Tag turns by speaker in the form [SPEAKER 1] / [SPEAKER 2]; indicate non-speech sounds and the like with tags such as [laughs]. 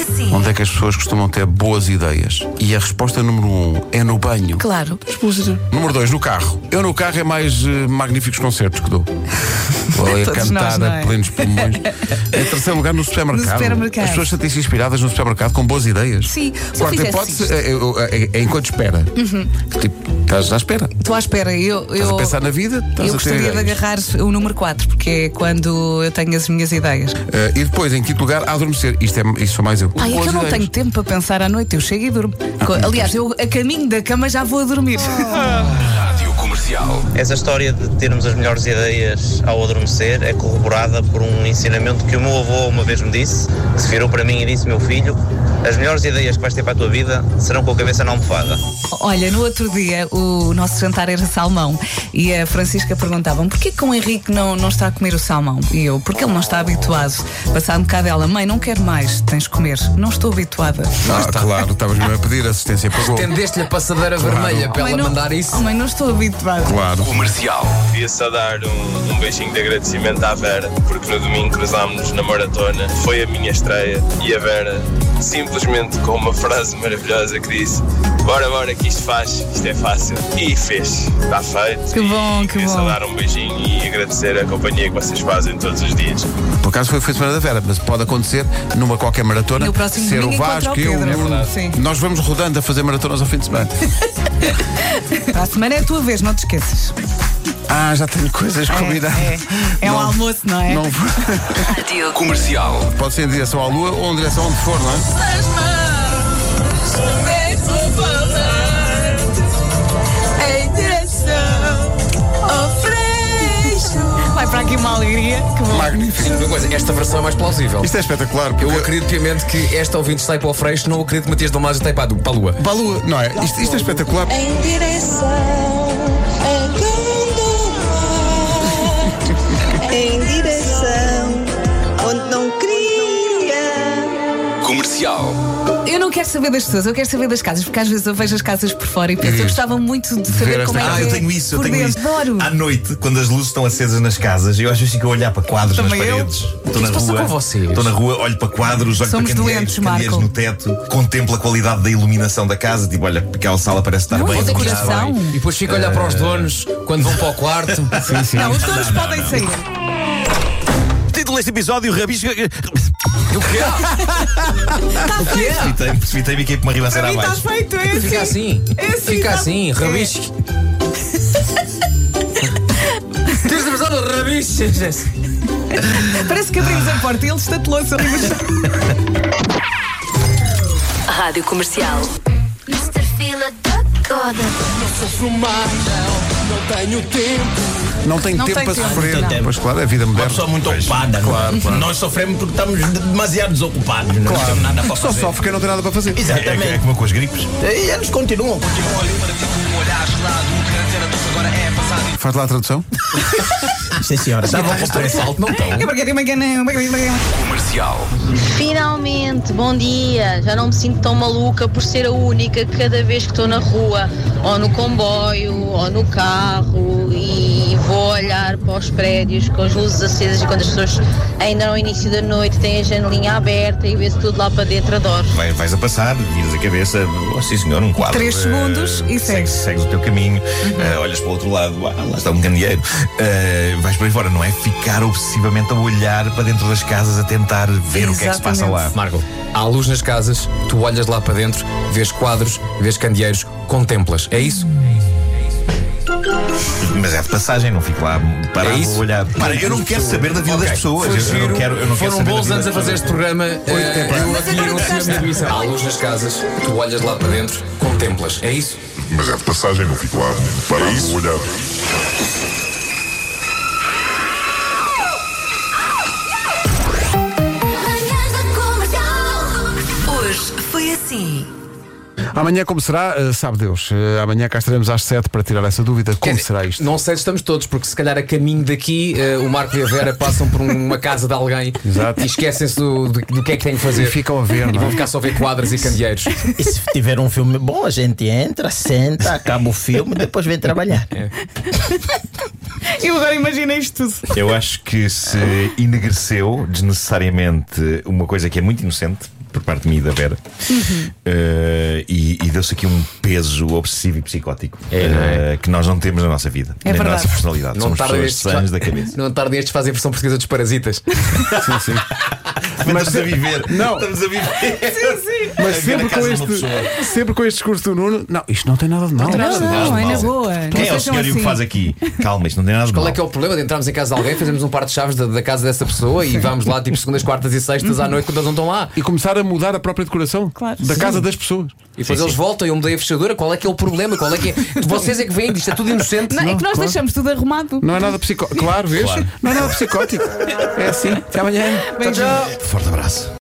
[SPEAKER 1] assim.
[SPEAKER 2] onde é que as pessoas costumam ter boas ideias? E a resposta número um é no banho.
[SPEAKER 3] Claro.
[SPEAKER 2] Número dois, no carro. Eu no carro é mais eh, magníficos concertos que
[SPEAKER 3] [laughs]
[SPEAKER 2] dou. Vou ali a
[SPEAKER 3] Todos nós,
[SPEAKER 2] cantar
[SPEAKER 3] não
[SPEAKER 2] a
[SPEAKER 3] é?
[SPEAKER 2] plenos
[SPEAKER 3] [laughs]
[SPEAKER 2] pulmões. em terceiro lugar, no supermercado.
[SPEAKER 3] No supermercado.
[SPEAKER 2] As pessoas sentem-se inspiradas no supermercado com boas ideias.
[SPEAKER 3] Sim, se eu
[SPEAKER 2] Quarta
[SPEAKER 3] fizesse
[SPEAKER 2] hipótese
[SPEAKER 3] isto.
[SPEAKER 2] é, é- é- é enquanto espera. Tipo, estás à espera.
[SPEAKER 3] Estou à espera. Eu, eu,
[SPEAKER 2] Estás a pensar na vida, estás
[SPEAKER 3] eu
[SPEAKER 2] a ter
[SPEAKER 3] gostaria de
[SPEAKER 2] ideias.
[SPEAKER 3] agarrar o número 4, porque é quando eu tenho as minhas ideias.
[SPEAKER 2] Eh, e depois, em quinto lugar, a adormecer. Isto é, isto sou mais eu.
[SPEAKER 3] Ai, é
[SPEAKER 2] Boas
[SPEAKER 3] que eu não
[SPEAKER 2] ideias. Ah.
[SPEAKER 3] tenho tempo para pensar à noite, eu chego e durmo. Co- Aliás, eu a caminho da cama já vou a dormir.
[SPEAKER 2] Oh.
[SPEAKER 4] Rádio Comercial.
[SPEAKER 5] Essa história de termos as melhores ideias ao adormecer é corroborada por um ensinamento que o meu avô uma vez me disse, que se virou para mim e disse: Meu filho, as melhores ideias que vais ter para a tua vida serão com a cabeça na almofada.
[SPEAKER 3] [laughs] Olha, no outro dia o nosso jantar era salmão e a Francisca perguntava porquê que o Henrique não, não está a comer o salmão? E eu, porque ele não está habituado. Passado um bocado ela, mãe, não quero mais, tens de comer. Não estou habituada.
[SPEAKER 2] Ah, claro, estavas mesmo a pedir assistência para o gol.
[SPEAKER 6] Tendeste-lhe a passadeira vermelha para
[SPEAKER 3] mãe,
[SPEAKER 6] ela
[SPEAKER 3] não,
[SPEAKER 6] mandar isso.
[SPEAKER 3] Oh, mãe, não estou habituada.
[SPEAKER 2] Claro.
[SPEAKER 4] Comercial.
[SPEAKER 7] Queria só dar um, um beijinho de agradecimento à Vera, porque no domingo cruzámos-nos na maratona, foi a minha estreia e a Vera, simplesmente com uma frase maravilhosa que disse: Bora, bora, que isto faz, isto é fácil. E fez, está feito.
[SPEAKER 3] Que
[SPEAKER 7] E
[SPEAKER 3] bom, que
[SPEAKER 7] queria
[SPEAKER 3] bom.
[SPEAKER 7] só dar um beijinho e agradecer a companhia que vocês fazem todos os dias.
[SPEAKER 2] Por acaso foi, foi semana da Vera, mas pode acontecer numa qualquer maratona
[SPEAKER 3] No próximo
[SPEAKER 2] ser o
[SPEAKER 3] domingo encontra
[SPEAKER 2] Vasco,
[SPEAKER 3] o
[SPEAKER 2] eu,
[SPEAKER 3] Pedro.
[SPEAKER 2] o Nuno.
[SPEAKER 3] É verdade. Sim.
[SPEAKER 2] Nós vamos rodando a fazer maratonas ao fim de
[SPEAKER 3] [laughs]
[SPEAKER 2] semana.
[SPEAKER 3] Para a semana é a tua vez, não te esqueças.
[SPEAKER 2] ah, já tenho coisas combinadas.
[SPEAKER 3] é, é um
[SPEAKER 2] Não-
[SPEAKER 3] almoço, não é?
[SPEAKER 2] Não vou-
[SPEAKER 4] Comercial.
[SPEAKER 2] pode ser em direção à Lua ou em direção onde for, não é?
[SPEAKER 3] Vai para aqui uma alegria. Que bom.
[SPEAKER 2] Magnífico.
[SPEAKER 6] Uma coisa, esta versão é mais plausível.
[SPEAKER 2] Isto é espetacular.
[SPEAKER 6] Eu
[SPEAKER 2] porque-
[SPEAKER 6] acredito piamente que esta ouvinte sai para o freixo, não acredito que Matias Dalmaso sai para a du- para a lua.
[SPEAKER 2] Para a Lua, não é? Isto, isto é espetacular.
[SPEAKER 8] em direção a Gondomar, em direção onde não queria.
[SPEAKER 4] Comercial.
[SPEAKER 3] Eu não quero saber das pessoas, eu quero saber das casas, porque às vezes eu vejo as casas por fora e penso, eu
[SPEAKER 2] Diz.
[SPEAKER 3] gostava muito de
[SPEAKER 2] Ver
[SPEAKER 3] saber como é
[SPEAKER 2] esta
[SPEAKER 3] que
[SPEAKER 9] Ah,
[SPEAKER 3] é.
[SPEAKER 9] eu tenho isso, eu
[SPEAKER 3] por
[SPEAKER 9] tenho
[SPEAKER 3] dentro.
[SPEAKER 9] isso.
[SPEAKER 3] Adoro.
[SPEAKER 9] À noite, quando as luzes estão acesas nas casas, eu às vezes fico a olhar para quadros
[SPEAKER 3] Também
[SPEAKER 9] nas
[SPEAKER 3] eu.
[SPEAKER 9] paredes. Estou na
[SPEAKER 6] se passa
[SPEAKER 9] rua.
[SPEAKER 6] com vocês?
[SPEAKER 9] Estou na rua, olho para quadros, olho
[SPEAKER 3] Somos
[SPEAKER 9] para candeeiros,
[SPEAKER 3] doentes,
[SPEAKER 9] candeeiros
[SPEAKER 3] Marco.
[SPEAKER 9] no teto, contemplo a qualidade da iluminação da casa, tipo, olha, aquela sala parece estar
[SPEAKER 3] Muito
[SPEAKER 9] Tá bem
[SPEAKER 3] decoração.
[SPEAKER 9] iluminada.
[SPEAKER 6] E depois fica a olhar para os donos quando vão para o quarto. Eh, [laughs] Sim, sim.
[SPEAKER 3] Não, os donos podem sair.
[SPEAKER 9] Título deste episódio, Rabisco.
[SPEAKER 6] O que é?
[SPEAKER 3] Está Tá feito.
[SPEAKER 9] Precipitei-me precipitei-me e caí para uma ribanceira
[SPEAKER 3] Para mim está
[SPEAKER 9] abaixo.
[SPEAKER 3] feito. É assim.
[SPEAKER 6] Fica assim.
[SPEAKER 3] É assim,
[SPEAKER 6] Fica
[SPEAKER 3] tá- [laughs]
[SPEAKER 6] assim, rabisque. Tens a versão de rabisques.
[SPEAKER 3] Parece que abrimos a porta e ele estatelou-se
[SPEAKER 9] [laughs]
[SPEAKER 3] ali. mas-
[SPEAKER 10] Rádio Comercial.
[SPEAKER 1] Mr. Fila da Coda.
[SPEAKER 2] Não tenho
[SPEAKER 3] Não
[SPEAKER 2] tempo
[SPEAKER 3] tem
[SPEAKER 2] para
[SPEAKER 3] tempo,
[SPEAKER 2] sofrer.
[SPEAKER 3] não.
[SPEAKER 2] Pois claro, é a vida
[SPEAKER 9] Uma
[SPEAKER 2] moderna.
[SPEAKER 9] pessoa muito ocupada, claro, Nós sofremos porque estamos demasiado desocupados, não temos nada para
[SPEAKER 2] Só
[SPEAKER 9] fazer.
[SPEAKER 2] sofre quem não tem nada para fazer.
[SPEAKER 9] É, é, é como eu com as gripes. E eles continuam, continuam.
[SPEAKER 2] Faz lá a tradução.
[SPEAKER 9] "Ah, Sim, senhora. Estavam com pressa.
[SPEAKER 6] Salto, não estão.
[SPEAKER 3] Eu marquei uma ganha, uma ganha, uma ganha.
[SPEAKER 4] Comercial.
[SPEAKER 8] Finalmente, bom dia. Já não me sinto tão maluca por ser a única cada vez que estou na rua, ou no comboio, ou no carro, e vou olhar para os prédios com as luzes acesas e quando as pessoas ainda no início da noite têm a janelinha aberta e vê-se tudo lá para dentro, adoro.
[SPEAKER 9] Vai, vais a passar, viras a cabeça, oh, sim senhor, um quadro.
[SPEAKER 3] Três
[SPEAKER 9] eh,
[SPEAKER 3] segundos e segues.
[SPEAKER 9] segues. Segues o teu caminho, eh, olhas para o outro lado, ah, lá está um candeeiro. Eh, vais por aí fora, não é ficar obsessivamente a olhar para dentro das casas a tentar ver o que é que se passa lá.
[SPEAKER 3] Exatamente.
[SPEAKER 6] Marco, há luz nas casas, tu olhas lá para dentro, vês quadros, vês candeeiros, contemplas. É isso?
[SPEAKER 9] Mas é de passagem, não fico lá parado
[SPEAKER 6] É isso?
[SPEAKER 9] a [laughs] olhar. Para, eu não quero saber da vida das
[SPEAKER 6] Ok.
[SPEAKER 9] pessoas.
[SPEAKER 6] Foi
[SPEAKER 9] Eu- Eu,
[SPEAKER 6] giro.
[SPEAKER 9] não quero, eu não quero
[SPEAKER 6] Foram
[SPEAKER 9] saber da
[SPEAKER 6] bons
[SPEAKER 9] vida
[SPEAKER 6] anos a
[SPEAKER 9] das
[SPEAKER 6] fazer este programa. eh, eu aqui anuncio a minha demissão. Há luz nas casas, tu olhas lá para dentro, contemplas. É isso?
[SPEAKER 11] Mas é de passagem, não fico lá para isso olhar.
[SPEAKER 1] Manhãs da Comercial.
[SPEAKER 10] Hoje foi assim.
[SPEAKER 2] Amanhã como será? Eh, sabe Deus. Eh, amanhã cá estaremos às 7 para tirar essa dúvida. Como será isto?
[SPEAKER 6] Não sei se estamos todos, porque se calhar a caminho daqui eh, o Marco e a Vera passam por um- uma casa de alguém
[SPEAKER 2] Exato.
[SPEAKER 6] e esquecem-se do, do- do que é que têm
[SPEAKER 2] E
[SPEAKER 6] que fazer.
[SPEAKER 2] ficam a ver,
[SPEAKER 6] E
[SPEAKER 2] não
[SPEAKER 6] vão
[SPEAKER 2] é?
[SPEAKER 6] ficar só a ver quadros e candeeiros.
[SPEAKER 5] E se tiver um filme bom, a gente entra, senta, acaba o filme e depois vem trabalhar.
[SPEAKER 3] Eu agora imaginei isto tudo.
[SPEAKER 9] Ah. Eu acho que se enegreceu desnecessariamente uma coisa que é muito inocente. por parte de mim e da Vera. Eh, e e deu-se aqui um peso obsessivo e psicótico
[SPEAKER 6] É, não é?
[SPEAKER 9] eh, que nós não temos na nossa vida,
[SPEAKER 6] É
[SPEAKER 9] nem na
[SPEAKER 6] verdade.
[SPEAKER 9] nossa personalidade.
[SPEAKER 6] Não
[SPEAKER 9] Somos
[SPEAKER 6] tardem
[SPEAKER 9] pessoas
[SPEAKER 6] estes
[SPEAKER 9] sãs da cabeça.
[SPEAKER 6] Não tardem estes fazem a versão portuguesa dos parasitas. sim,
[SPEAKER 2] sim.
[SPEAKER 9] Mas
[SPEAKER 6] [laughs]
[SPEAKER 9] estamos a viver.
[SPEAKER 2] Não.
[SPEAKER 9] Estamos a viver.
[SPEAKER 12] Sim, sim.
[SPEAKER 2] Mas
[SPEAKER 9] A ver
[SPEAKER 2] sempre
[SPEAKER 9] a
[SPEAKER 2] com,
[SPEAKER 9] casa de uma
[SPEAKER 2] este, sempre com este discurso do Nuno, não, isto não tem nada de mal.
[SPEAKER 6] Não tem nada de Não, mal. não, é na boa.
[SPEAKER 9] Quem é
[SPEAKER 6] Não sejam
[SPEAKER 9] o senhor e o que
[SPEAKER 6] assim.
[SPEAKER 9] faz aqui? Calma, isto não tem nada de
[SPEAKER 6] Qual é
[SPEAKER 9] mal.
[SPEAKER 6] que é o problema de entrarmos em casa de alguém, fazemos um par de chaves da, da casa dessa pessoa e vamos lá tipo segundas, quartas e sextas à noite quando eles não estão lá?
[SPEAKER 2] E começar a mudar a própria decoração da
[SPEAKER 6] Sim.
[SPEAKER 2] casa das pessoas.
[SPEAKER 6] E depois eles voltam e eu mudei a fechadura. Qual é que é o problema? Qual é que é? Vocês é que vêm disto, é tudo inocente.
[SPEAKER 3] Não, é que nós deixamos tudo arrumado.
[SPEAKER 2] Não é nada psicótico. Claro, vês?
[SPEAKER 6] Claro.
[SPEAKER 2] Não é nada psicótico. É assim. Até amanhã.
[SPEAKER 3] Beijinho.
[SPEAKER 2] Tchau, tchau.
[SPEAKER 9] Forte abraço.